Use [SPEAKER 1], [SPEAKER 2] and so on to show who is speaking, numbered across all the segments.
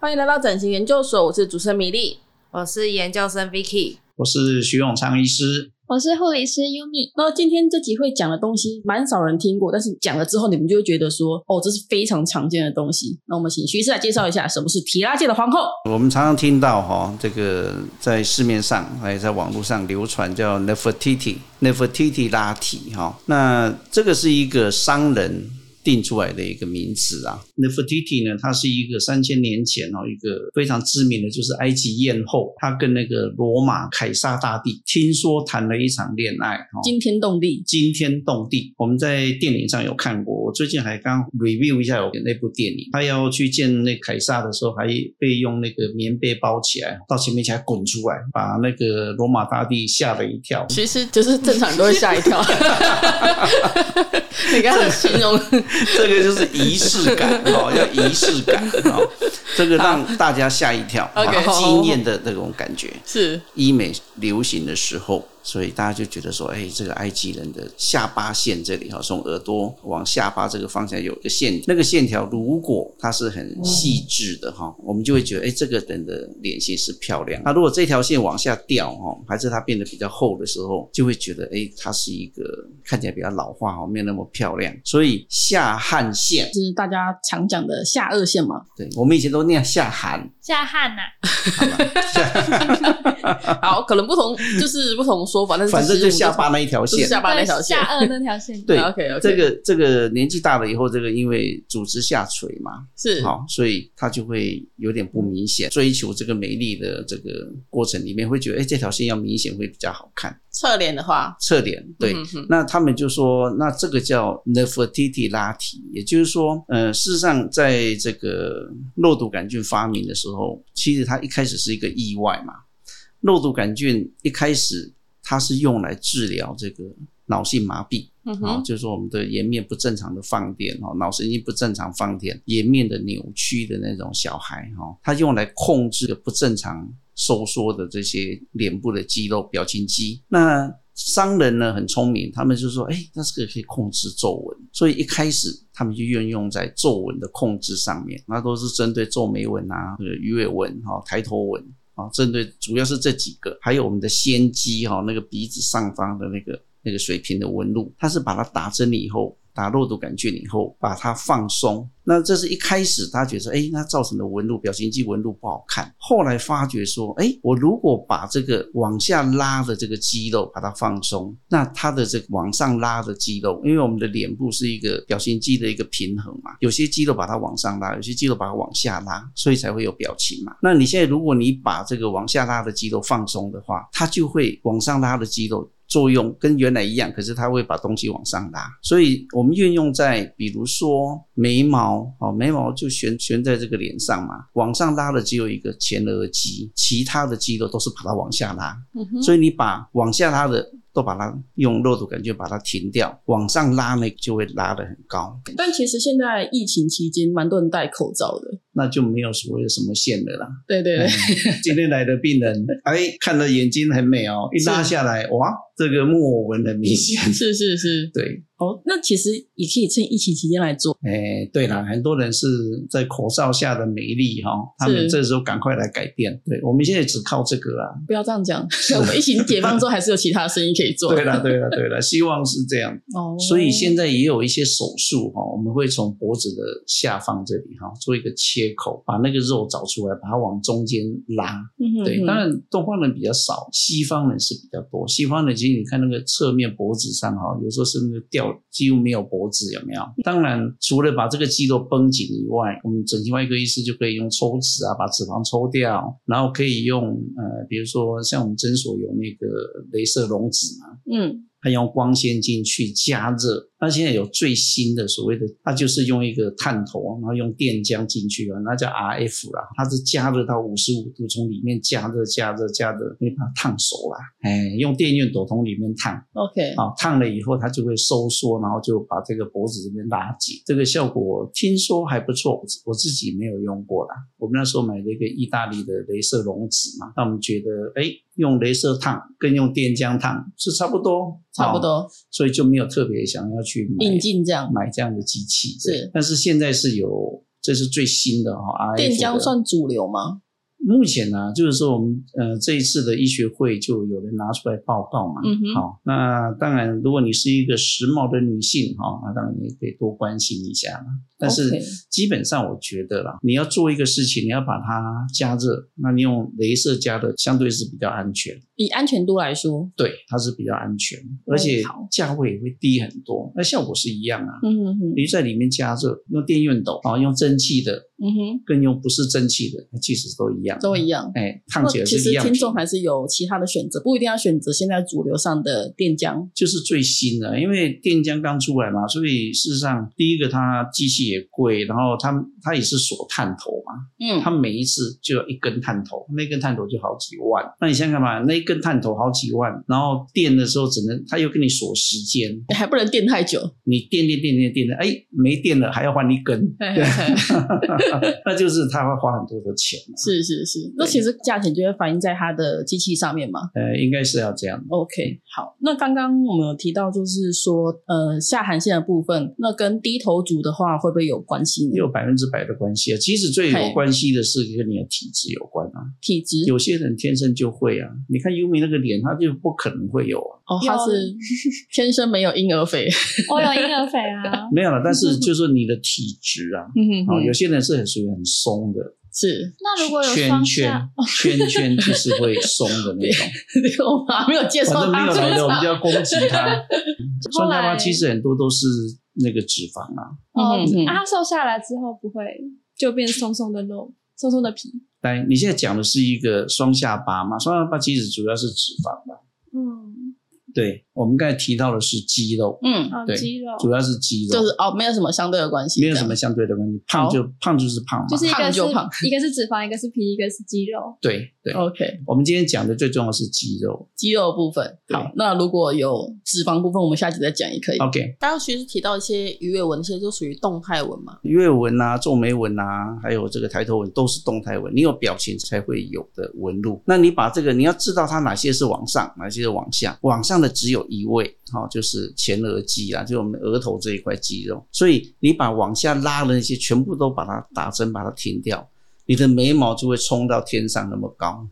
[SPEAKER 1] 欢迎来到整形研究所，我是主持人米粒。
[SPEAKER 2] 我是研究生 Vicky，
[SPEAKER 3] 我是徐永昌医师。
[SPEAKER 4] 我是护理师 Yumi，
[SPEAKER 1] 那今天这集会讲的东西，蛮少人听过，但是讲了之后，你们就会觉得说，哦，这是非常常见的东西。那我们请徐医师来介绍一下，什么是提拉界的皇
[SPEAKER 4] 哦
[SPEAKER 1] 后？
[SPEAKER 3] 我们常常听到哈、这个在市面上还有在网络上流传叫 Nefertiti Nefertiti 拉提哈、那这个是一个商人定出来的一个名词啊。Nefertiti 呢，它是一个三千年前哦一个非常知名的，就是埃及艳后，她跟那个罗马凯撒大帝听说谈了一场恋爱哦。
[SPEAKER 1] 惊天动地，
[SPEAKER 3] 惊天动地。我们在电影上有看过，我最近还刚 review 一下有那部电影。他要去见那凯撒的时候，还被用那个棉被包起来，到前面去还滚出来，把那个罗马大帝吓了一跳。
[SPEAKER 1] 其实就是正常人都会吓一 跳。你刚刚形容，
[SPEAKER 3] 这个就是仪式感哦，要仪式感哦，这个让大家吓一跳，
[SPEAKER 1] 好 OK，好
[SPEAKER 3] 惊艳的那种感觉。
[SPEAKER 1] 是
[SPEAKER 3] 医美流行的时候，所以大家就觉得说，哎，这个埃及人的下巴线这里哈，从耳朵往下巴这个方向有一个线，那个线条如果它是很细致的哈，我们就会觉得，哎，这个人的脸型是漂亮。那如果这条线往下掉哈，还是它变得比较厚的时候，就会觉得，哎，它是一个看起来比较老化哈，没有那么漂亮。所以下汗线，
[SPEAKER 1] 就是大家常讲的下颚线嘛。
[SPEAKER 3] 对我们以前都念下汗，
[SPEAKER 4] 下汗呐、
[SPEAKER 1] 好，可能不同，就是不同说法，但是
[SPEAKER 3] 反正
[SPEAKER 1] 其实
[SPEAKER 3] 就
[SPEAKER 1] 我们
[SPEAKER 3] 下巴那一条
[SPEAKER 1] 就是
[SPEAKER 3] 线。
[SPEAKER 1] 下巴那条线啊
[SPEAKER 4] 下。颚那条线，
[SPEAKER 3] 对
[SPEAKER 1] OK，OK
[SPEAKER 3] 这个这个年纪大了以后，这个因为组织下垂嘛，
[SPEAKER 1] 是
[SPEAKER 3] 好，所以它就会有点不明显。追求这个美丽的这个过程里面，会觉得哎，这条线要明显会比较好看。
[SPEAKER 1] 侧脸的话，
[SPEAKER 3] 侧脸对，
[SPEAKER 1] 嗯哼
[SPEAKER 3] 那他们就说，那这个叫 Nefertiti 拉提，也就是说，呃，事实上，在这个肉毒杆菌发明的时候，其实它一开始是一个意外嘛。肉毒杆菌一开始它是用来治疗这个脑性麻痹，
[SPEAKER 1] 嗯
[SPEAKER 3] 啊、
[SPEAKER 1] 哼，
[SPEAKER 3] 就是说我们的颜面不正常的放电哦，脑神经不正常放电，颜面的扭曲的那种小孩哈、哦，他用来控制不正常收缩的这些脸部的肌肉表情肌。那商人呢很聪明，他们就说，哎，那这个可以控制皱纹，所以一开始他们就运用在皱纹的控制上面，那都是针对皱眉纹啊、这个鱼尾纹、哈、抬头纹。啊，针对主要是这几个，还有我们的先肌哈、那个鼻子上方的那个那个水平的纹路，它是把它打针了以后，打肉毒杆菌以后，把它放松。那这是一开始他觉得说，哎，那造成的纹路，表情肌纹路不好看。后来发觉说，哎，我如果把这个往下拉的这个肌肉把它放松，那它的这个往上拉的肌肉，因为我们的脸部是一个表情肌的一个平衡嘛，有些肌肉把它往上拉，有些肌肉把它往下拉，所以才会有表情嘛。那你现在如果你把这个往下拉的肌肉放松的话，它就会往上拉的肌肉作用跟原来一样，可是它会把东西往上拉。所以我们运用在比如说眉毛，哦，眉毛就悬悬在这个脸上嘛，往上拉的只有一个前额肌，其他的肌肉都是把它往下拉。
[SPEAKER 1] 嗯哼，
[SPEAKER 3] 所以你把往下拉的都把它用肉毒杆菌把它停掉，往上拉呢就会拉得很高，
[SPEAKER 1] 但其实现在疫情期间，蛮多人戴口罩的。
[SPEAKER 3] 那就没有所谓的什么线了啦。嗯
[SPEAKER 1] 对对
[SPEAKER 3] 哎
[SPEAKER 1] 对，
[SPEAKER 3] 今天来的病人，哎，看了眼睛很美哦，一拉
[SPEAKER 1] 是
[SPEAKER 3] 下来，哇，这个木偶纹很明显。
[SPEAKER 1] 是是是。
[SPEAKER 3] 对，
[SPEAKER 1] 哦，那其实也可以趁疫情期间来做。
[SPEAKER 3] 哎，对啦，很多人是在口罩下的美丽哈、他们这时候赶快来改变。对，我们现在只靠这个啦。
[SPEAKER 1] 不要这样 讲，我们疫情解放之后，还是有其他生意可以做。
[SPEAKER 3] 对啦，对啦，对啦， 希望是这样。
[SPEAKER 1] 哦，
[SPEAKER 3] 所以现在也有一些手术哈、我们会从脖子的下方这里哈、做一个切口，把那个肉找出来，把它往中间拉。
[SPEAKER 1] 嗯
[SPEAKER 3] 对，当然东方人比较少，西方人是比较多。西方人其实你看那个侧面脖子上哈，有时候是那个掉几乎没有脖子，有没有？当然，除了把这个肌肉绷紧以外，我们整形外科医师就可以用抽脂啊，把脂肪抽掉，然后可以用呃，比如说像我们诊所有那个镭射溶脂嘛，
[SPEAKER 1] 嗯，
[SPEAKER 3] 它用光纤进去加热。那现在有最新的所谓的，它就是用一个探头，啊然后用电浆进去啊，那叫 RF 啦，它是加热到五十五度，从里面加热、加热、加热，你把它烫熟啦。哎，用电熨斗从里面烫，
[SPEAKER 1] ，OK，
[SPEAKER 3] 啊，烫了以后它就会收缩，然后就把这个脖子这边拉紧，这个效果听说还不错，我自我自己没有用过啦。我们那时候买了一个意大利的镭射溶脂嘛，那我们觉得，哎，用镭射烫跟用电浆烫是差不多，
[SPEAKER 1] 差不
[SPEAKER 3] 哦
[SPEAKER 1] 多
[SPEAKER 3] 所以就没有特别想要去买
[SPEAKER 1] 引进这样。
[SPEAKER 3] 买这样的机器。对
[SPEAKER 1] 是
[SPEAKER 3] 但是现在是有。这是最新的哈、r
[SPEAKER 1] 电浆算主流吗？
[SPEAKER 3] 目前呢、就是说我们呃这一次的医学会就有人拿出来报告嘛，
[SPEAKER 1] 嗯哼
[SPEAKER 3] 好、那当然如果你是一个时髦的女性哈、那当然你也可以多关心一下啦。但是
[SPEAKER 1] OK
[SPEAKER 3] 基本上我觉得啦，你要做一个事情，你要把它加热，那你用镭射加的相对是比较安全，
[SPEAKER 1] 以安全度来说，
[SPEAKER 3] 对，它是比较安全，而且
[SPEAKER 1] 哦好
[SPEAKER 3] 价位也会低很多，那效果是一样啊。
[SPEAKER 1] 嗯哼哼，
[SPEAKER 3] 你在里面加热，用电熨斗啊，用蒸汽的，
[SPEAKER 1] 嗯哼，
[SPEAKER 3] 跟用不是蒸汽的，其实都一样，
[SPEAKER 1] 都一样。
[SPEAKER 3] 哎，烫起来
[SPEAKER 1] 其
[SPEAKER 3] 是
[SPEAKER 1] 实
[SPEAKER 3] 一样
[SPEAKER 1] 听
[SPEAKER 3] 品。
[SPEAKER 1] 众还是有其他的选择，不一定要选择现在主流上的电浆。
[SPEAKER 3] 就是最新的，因为电浆刚出来嘛，所以事实上，第一个它机器也贵，然后它它也是锁探头嘛，
[SPEAKER 1] 嗯
[SPEAKER 3] 它每一次就要一根探头，那根探头就好几万。那你想想看嘛，那一根探头好几万，然后电的时候只能它又跟你锁时间，
[SPEAKER 1] 还不能电太久。
[SPEAKER 3] 你电电电电电的，哎，没电了还要换一根，
[SPEAKER 1] 嘿嘿嘿
[SPEAKER 3] 那就是它会花很多的钱嘛。
[SPEAKER 1] 是是是，那其实价钱就会反映在它的机器上面嘛。
[SPEAKER 3] 呃，应该是要这样的。
[SPEAKER 1] OK，好，那刚刚我们有提到，就是说，呃，下含线的部分，那跟低头族的话会不会有关系呢？
[SPEAKER 3] 也有百分之百的关系啊，其实最有
[SPEAKER 1] 嘿
[SPEAKER 3] 关系的是跟你的体质有关啊。
[SPEAKER 1] 体质
[SPEAKER 3] 有些人天生就会啊，你看优米那个脸，他就不可能会有啊，，
[SPEAKER 1] 哦，他
[SPEAKER 4] 有
[SPEAKER 1] 是天生没有婴儿肥。
[SPEAKER 4] 我有婴儿肥啊
[SPEAKER 3] 没有了。但是就是说你的体质啊，
[SPEAKER 1] 嗯哼
[SPEAKER 3] 啊、
[SPEAKER 1] 哼
[SPEAKER 3] 有些人是很属于很松的，
[SPEAKER 1] 是
[SPEAKER 4] 那如果有
[SPEAKER 3] 圈
[SPEAKER 4] 双
[SPEAKER 3] 圈
[SPEAKER 4] 下，哦
[SPEAKER 3] 圈圈就是会松的那 种。哦
[SPEAKER 1] 我们还没有介
[SPEAKER 3] 反
[SPEAKER 1] 绍
[SPEAKER 3] 正没
[SPEAKER 1] 他
[SPEAKER 3] 有
[SPEAKER 1] 出
[SPEAKER 3] 来的，我们
[SPEAKER 1] 场
[SPEAKER 3] 就。要攻击 他。酸菜花其实很多都是那个脂肪啊，
[SPEAKER 4] 哦
[SPEAKER 1] 嗯嗯，
[SPEAKER 4] 啊，它瘦下来之后不会就变松松的肉，松松的皮，
[SPEAKER 3] 来，你现在讲的是一个双下巴嘛，双下巴其实主要是脂肪吧？
[SPEAKER 4] 嗯，
[SPEAKER 3] 对，我们刚才提到的是肌肉，
[SPEAKER 1] 嗯，
[SPEAKER 4] 啊，
[SPEAKER 3] 对
[SPEAKER 4] 肌肉，
[SPEAKER 3] 主要是肌肉，
[SPEAKER 1] 就是哦，没有什么相对的关系，
[SPEAKER 3] 没有
[SPEAKER 1] 这
[SPEAKER 3] 什
[SPEAKER 1] 样
[SPEAKER 3] 么相对的关系，胖
[SPEAKER 1] 好
[SPEAKER 3] 就胖就是胖嘛，
[SPEAKER 4] 就是一
[SPEAKER 1] 胖
[SPEAKER 4] 个是
[SPEAKER 1] 就胖
[SPEAKER 4] 一个是脂肪，一个是皮，一个是肌肉。
[SPEAKER 3] 对对。
[SPEAKER 1] OK，
[SPEAKER 3] 我们今天讲的最重要的是肌肉。
[SPEAKER 1] 肌肉的部分。
[SPEAKER 3] 对
[SPEAKER 1] 好，那如果有脂肪部分，我们下集再讲也可以。
[SPEAKER 3] OK，
[SPEAKER 1] 刚刚徐是提到一些鱼尾纹，其实就属于动态纹嘛。
[SPEAKER 3] 月纹啊、皱眉纹啊，还有这个抬头纹都是动态纹，你有表情才会有的纹路。那你把这个，你要知道它哪些是往上，哪些是往下。往上的只有一位，哦，就是前额肌啊，就是我们额头这一块肌肉。所以你把往下拉的那些全部都把它打针，把它停掉，你的眉毛就会冲到天上那么高。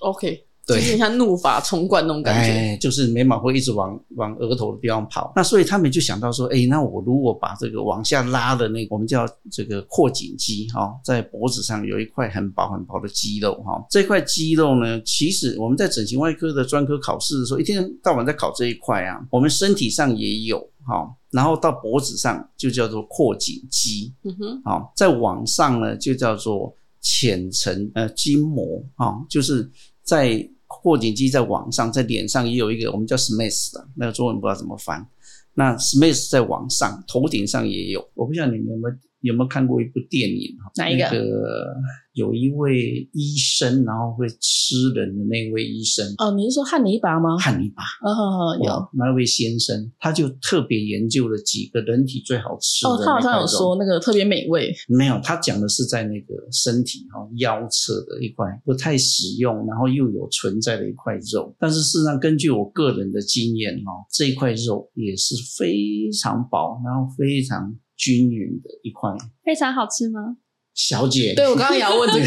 [SPEAKER 1] OK，
[SPEAKER 3] 对
[SPEAKER 1] 就有点像怒发冲冠那种感觉。
[SPEAKER 3] 哎，就是眉毛会一直往往额头的地方跑。那所以他们就想到说，哎，那我如果把这个往下拉的那个，我们叫这个阔颈肌哈、哦，在脖子上有一块很薄很薄的肌肉哈、这块肌肉呢，其实我们在整形外科的专科考试的时候，一天到晚在考这一块啊，我们身体上也有哈、然后到脖子上就叫做阔颈肌，
[SPEAKER 1] 嗯哼，
[SPEAKER 3] 好、再往上呢就叫做浅层呃筋膜啊、哦就是在扩颈肌在往上，在脸上也有一个我们叫 SMAS 的，那个中文不知道怎么翻。那 SMAS 在往上，头顶上也有。我不知道你们有没有有没有看过一部电影哈？
[SPEAKER 1] 哪一个
[SPEAKER 3] 那个有一位医生，然后会吃人的那位医生，
[SPEAKER 1] 哦，你是说汉尼拔吗？
[SPEAKER 3] 汉尼拔。
[SPEAKER 1] 嗯哼哼，有。
[SPEAKER 3] 哇那位先生，他就特别研究了几个人体最好吃的
[SPEAKER 1] 哦，他好
[SPEAKER 3] 那
[SPEAKER 1] 像
[SPEAKER 3] 块
[SPEAKER 1] 有
[SPEAKER 3] 肉
[SPEAKER 1] 说那个特别美味。
[SPEAKER 3] 没有，他讲的是在那个身体哈、腰侧的一块不太实用，然后又有存在的一块肉。但是事实上，根据我个人的经验哈、这一块肉也是非常薄，然后非常均匀的一块。
[SPEAKER 4] 非常好吃吗？
[SPEAKER 3] 小 姐，
[SPEAKER 1] 对，我刚刚也要问这个，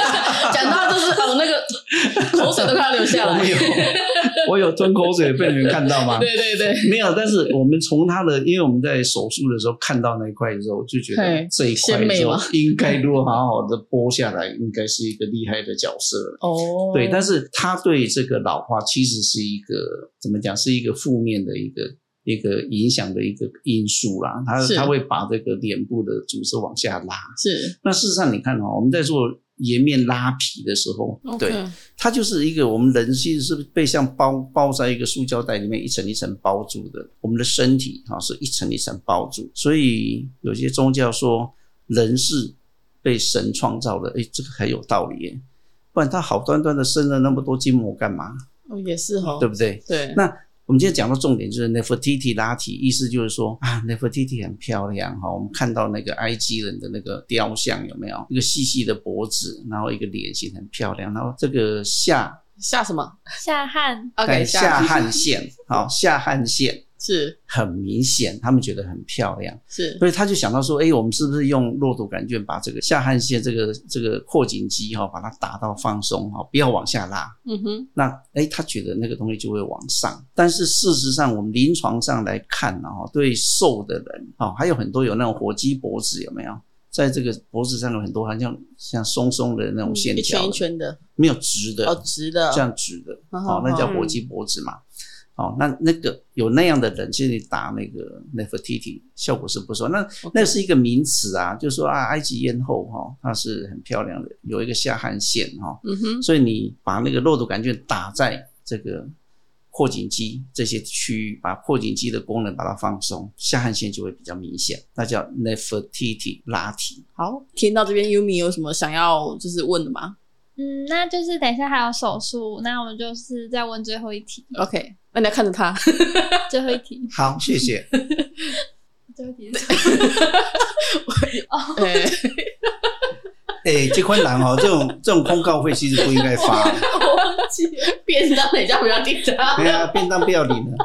[SPEAKER 1] 讲到就是哦，那 个口水都快要流下
[SPEAKER 3] 我
[SPEAKER 1] 来。
[SPEAKER 3] 有，我有吞口水被你们看到吗？
[SPEAKER 1] 对对对，
[SPEAKER 3] 没有，但是我们从他的，因为我们在手术的时候看到那一块肉，就觉得
[SPEAKER 1] 嘿
[SPEAKER 3] 这一块
[SPEAKER 1] 鲜美
[SPEAKER 3] 肉
[SPEAKER 1] 吗
[SPEAKER 3] 应该如果好好的剥下来，应该是一个厉害的角色了。
[SPEAKER 1] 哦，
[SPEAKER 3] 对，但是他对这个老化其实是一个怎么讲，是一个负面的一个一个影响的一个因素啦。他
[SPEAKER 1] 是
[SPEAKER 3] 他会把这个脸部的组织往下拉。
[SPEAKER 1] 是
[SPEAKER 3] 那事实上，你看哦，我们在做颜面拉皮的时候，对，
[SPEAKER 1] OK
[SPEAKER 3] 它就是一个我们人其实是被像包包在一个塑胶袋里面一层一层包住的，我们的身体哈、是一层一层包住，所以有些宗教说人是被神创造的，哎，这个很有道理耶，不然他好端端的生了那么多筋膜干嘛，
[SPEAKER 1] 哦，也是哈，
[SPEAKER 3] 对不对？
[SPEAKER 1] 对，
[SPEAKER 3] 那我们今天讲到重点就是 Nefertiti 拉提，意思就是说啊，Nefertiti 很漂亮哈、我们看到那个埃及人的那个雕像有没有？一个细细的脖子，然后一个脸型很漂亮，然后这个下
[SPEAKER 1] 下什么
[SPEAKER 4] 下汗
[SPEAKER 1] ？OK，
[SPEAKER 3] 哎下
[SPEAKER 1] 下
[SPEAKER 3] 汗腺，好，下汗腺
[SPEAKER 1] 是
[SPEAKER 3] 很明显，他们觉得很漂亮，
[SPEAKER 1] 是
[SPEAKER 3] 所以他就想到说，哎，我们是不是用弱毒杆菌把这个下汗腺这个这个扩颈肌哈、把它打到放松哈、不要往下拉。
[SPEAKER 1] 嗯哼，
[SPEAKER 3] 那哎，他觉得那个东西就会往上，但是事实上，我们临床上来看呢，哈，对瘦的人哦，还有很多有那种火鸡脖子，有没有？在这个脖子上有很多好像像松松的那种线
[SPEAKER 1] 嗯一圈
[SPEAKER 3] 条的，
[SPEAKER 1] 一圈的，
[SPEAKER 3] 没有直的，
[SPEAKER 1] 哦，直的，
[SPEAKER 3] 这样直的，
[SPEAKER 1] 嗯
[SPEAKER 3] 哦，那叫火鸡脖子嘛。哦，那那个有那样的人，其实你打那个 Nefertiti 效果是不错。那
[SPEAKER 1] OK
[SPEAKER 3] 那是一个名词啊，就是说啊，埃及艳后哈、哦，她是很漂亮的，有一个下汗腺哈、哦，
[SPEAKER 1] 嗯哼，
[SPEAKER 3] 所以你把那个肉毒杆菌打在这个扩颈肌这些区域，把扩颈肌的功能把它放松，下汗腺就会比较明显，那叫 Nefertiti 拉提。
[SPEAKER 1] 好，听到这边 Yumi 有什么想要就是问的吗
[SPEAKER 5] 嗯，那就是等一下还有手术，那我们就是再问最后一题，
[SPEAKER 1] ？OK，那你要看着 他，
[SPEAKER 5] 最后一题，
[SPEAKER 3] 好，谢谢。
[SPEAKER 5] 最后一题是 什么
[SPEAKER 1] 哎，
[SPEAKER 3] 哎、这困难哦，这种这种公告费其实不应该发。
[SPEAKER 1] 我忘记了便当，等一下不要听
[SPEAKER 3] 哎
[SPEAKER 1] 他。
[SPEAKER 3] 呀，便当不要领了。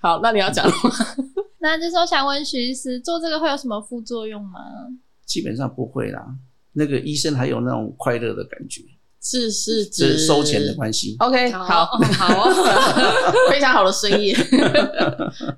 [SPEAKER 1] 好，那你要讲了吗？
[SPEAKER 5] 那就是我想问徐医师，做这个会有什么副作用吗？
[SPEAKER 3] 基本上不会啦。那个医生还有那种快乐的感觉，
[SPEAKER 1] 是是
[SPEAKER 3] 这
[SPEAKER 1] 指
[SPEAKER 3] 是收钱的关系。
[SPEAKER 1] OK，
[SPEAKER 2] 好
[SPEAKER 1] 好，
[SPEAKER 2] 好哦，
[SPEAKER 1] 非常好的生意。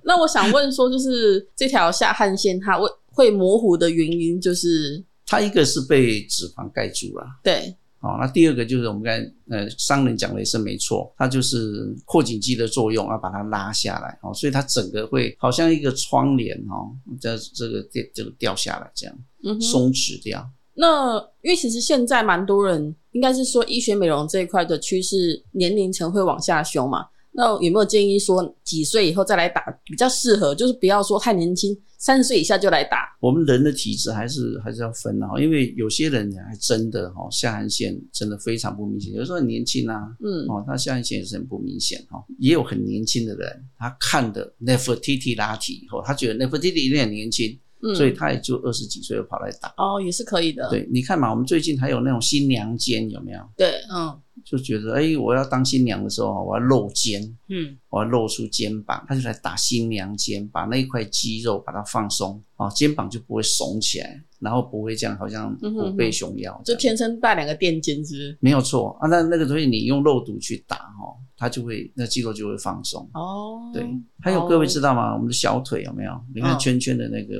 [SPEAKER 1] 那我想问说，就是这条下汗腺它会会模糊的原因，就是
[SPEAKER 3] 它一个是被脂肪盖住了，
[SPEAKER 1] 对，
[SPEAKER 3] 哦，那第二个就是我们刚才呃商人讲的也是没错，它就是扩颈肌的作用啊，把它拉下来哦，所以它整个会好像一个窗帘哦，这这个掉这个掉下来这样
[SPEAKER 1] 嗯哼。
[SPEAKER 3] 松弛掉。
[SPEAKER 1] 那因为其实现在蛮多人，应该是说医学美容这一块的趋势，年龄层会往下修嘛。那有没有建议说几岁以后再来打比较适合？就是不要说太年轻，三十岁以下就来打。
[SPEAKER 3] 我们人的体质还是还是要分啊，因为有些人还真的哈、哦、下汗腺真的非常不明显，有时候很年轻啊，
[SPEAKER 1] 嗯，
[SPEAKER 3] 哦，他下汗腺也是很不明显哈、哦，也有很年轻的人，他看的 Nefertiti 拉提以后，他觉得 Nefertiti 一定很年轻，
[SPEAKER 1] 嗯
[SPEAKER 3] 所以他也就二十几岁就跑来打。
[SPEAKER 1] 哦也是可以的。
[SPEAKER 3] 哦对，你看嘛，我们最近还有那种新娘肩有没有？
[SPEAKER 1] 对，嗯
[SPEAKER 3] 就觉得哎，我要当新娘的时候，我要露肩，
[SPEAKER 2] 嗯，
[SPEAKER 3] 我要露出肩膀，他就来打新娘肩，把那一块肌肉把它放松啊、哦，肩膀就不会耸起来，然后不会这样好像
[SPEAKER 1] 嗯哼
[SPEAKER 3] 虎背熊腰这
[SPEAKER 1] 就
[SPEAKER 3] 样。
[SPEAKER 1] 天生带两个垫肩是不是？
[SPEAKER 3] 没有错啊，那那个东西你用肉毒去打哦，它就会那肌肉就会放松。
[SPEAKER 1] 哦，
[SPEAKER 3] 对，还有各位知道吗？我们的小腿有没有？你看
[SPEAKER 1] 嗯
[SPEAKER 3] 圈圈的那个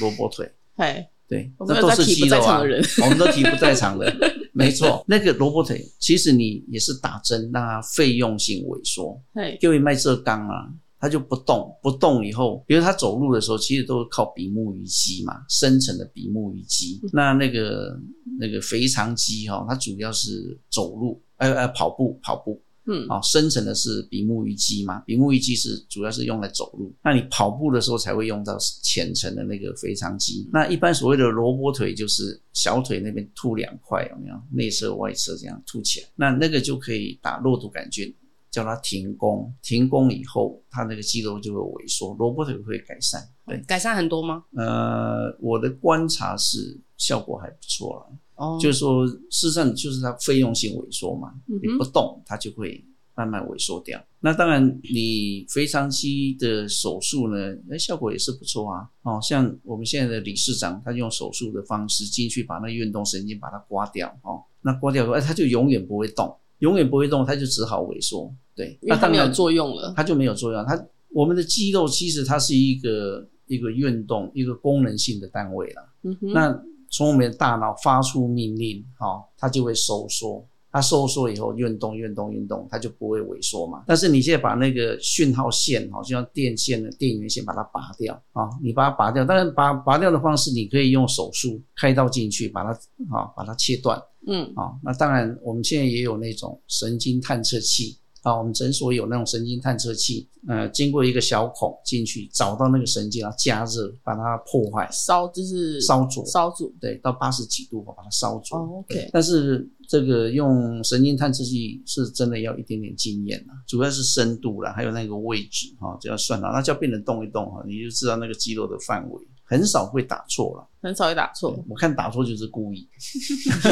[SPEAKER 3] 萝卜腿，
[SPEAKER 1] 嘿，
[SPEAKER 3] 对，
[SPEAKER 1] 哦我们有
[SPEAKER 3] 那都
[SPEAKER 1] 在
[SPEAKER 3] 是
[SPEAKER 1] 提不
[SPEAKER 3] 肌
[SPEAKER 1] 在
[SPEAKER 3] 肉
[SPEAKER 1] 场
[SPEAKER 3] 啊
[SPEAKER 1] 的人。
[SPEAKER 3] 我们都提不在场的， 没错。那个萝卜腿，其实你也是打针，让它费用性萎缩，
[SPEAKER 1] 嘿，
[SPEAKER 3] 因为卖这刚啊，它就不动，不动以后，比如它走路的时候，其实都是靠比目鱼肌嘛，深层的比目鱼肌。那那个那个肥肠肌哈、哦，它主要是走路，呃呃，跑步跑步。
[SPEAKER 1] 嗯，
[SPEAKER 3] 哦，深层的是比目鱼肌嘛，比目鱼肌是主要是用来走路，那你跑步的时候才会用到浅层的那个腓肠肌。那一般所谓的萝卜腿就是小腿那边凸两块，有没有内侧外侧这样凸起来？那那个就可以打肉毒杆菌，叫它停工，停工以后它那个肌肉就会萎缩，萝卜腿会改善。对，
[SPEAKER 2] 改善很多吗？
[SPEAKER 3] 呃，我的观察是效果还不错了。
[SPEAKER 1] 哦
[SPEAKER 3] 就是说，事实上就是它费用性萎缩嘛，
[SPEAKER 1] 嗯哼
[SPEAKER 3] 你不动它就会慢慢萎缩掉。那当然，你肥肠期的手术呢，那效果也是不错啊。哦，像我们现在的理事长，他用手术的方式进去把那运动神经把它刮掉哦，那刮掉以后，哎，他就永远不会动，永远不会动，他就只好萎缩。对，
[SPEAKER 1] 因为
[SPEAKER 3] 那
[SPEAKER 1] 它
[SPEAKER 3] 当
[SPEAKER 1] 没有
[SPEAKER 3] 然
[SPEAKER 1] 作用了。
[SPEAKER 3] 它就没有作用。它我们的肌肉其实它是一个一个运动一个功能性的单位啦。
[SPEAKER 1] 嗯哼，
[SPEAKER 3] 那从我们的大脑发出命令，哦，它就会收缩。它收缩以后，运动、运动、运动，它就不会萎缩嘛。但是你现在把那个讯号线，哦，就像电线的电源线，把它拔掉啊、哦你把它拔掉。当然拔拔掉的方式，你可以用手术开刀进去，把它啊、哦把它切断。
[SPEAKER 1] 嗯
[SPEAKER 3] 啊、那当然，我们现在也有那种神经探测器啊、我们诊所有那种神经探测器，呃，经过一个小孔进去，找到那个神经，然后加热把它破坏，
[SPEAKER 1] 烧就是
[SPEAKER 3] 烧灼
[SPEAKER 1] 烧煮。
[SPEAKER 3] 对，到八十几度把它烧灼。
[SPEAKER 1] 哦，OK
[SPEAKER 3] 对但是这个用神经探测器是真的要一点点经验啦，主要是深度啦，还有那个位置哈、哦，只要算到，那叫病人动一动哈、你就知道那个肌肉的范围。很少会打错了。
[SPEAKER 1] 很少会打错。
[SPEAKER 3] 我看打错就是故意，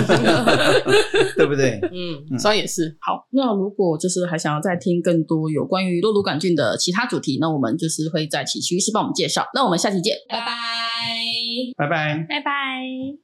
[SPEAKER 3] 对不对？
[SPEAKER 1] 嗯，所以也是好。那如果就是还想要再听更多有关于肉毒杆菌的其他主题，那我们就是会在请徐医师帮我们介绍。那我们下期见。
[SPEAKER 5] 拜拜，
[SPEAKER 3] 拜拜。
[SPEAKER 5] 拜拜。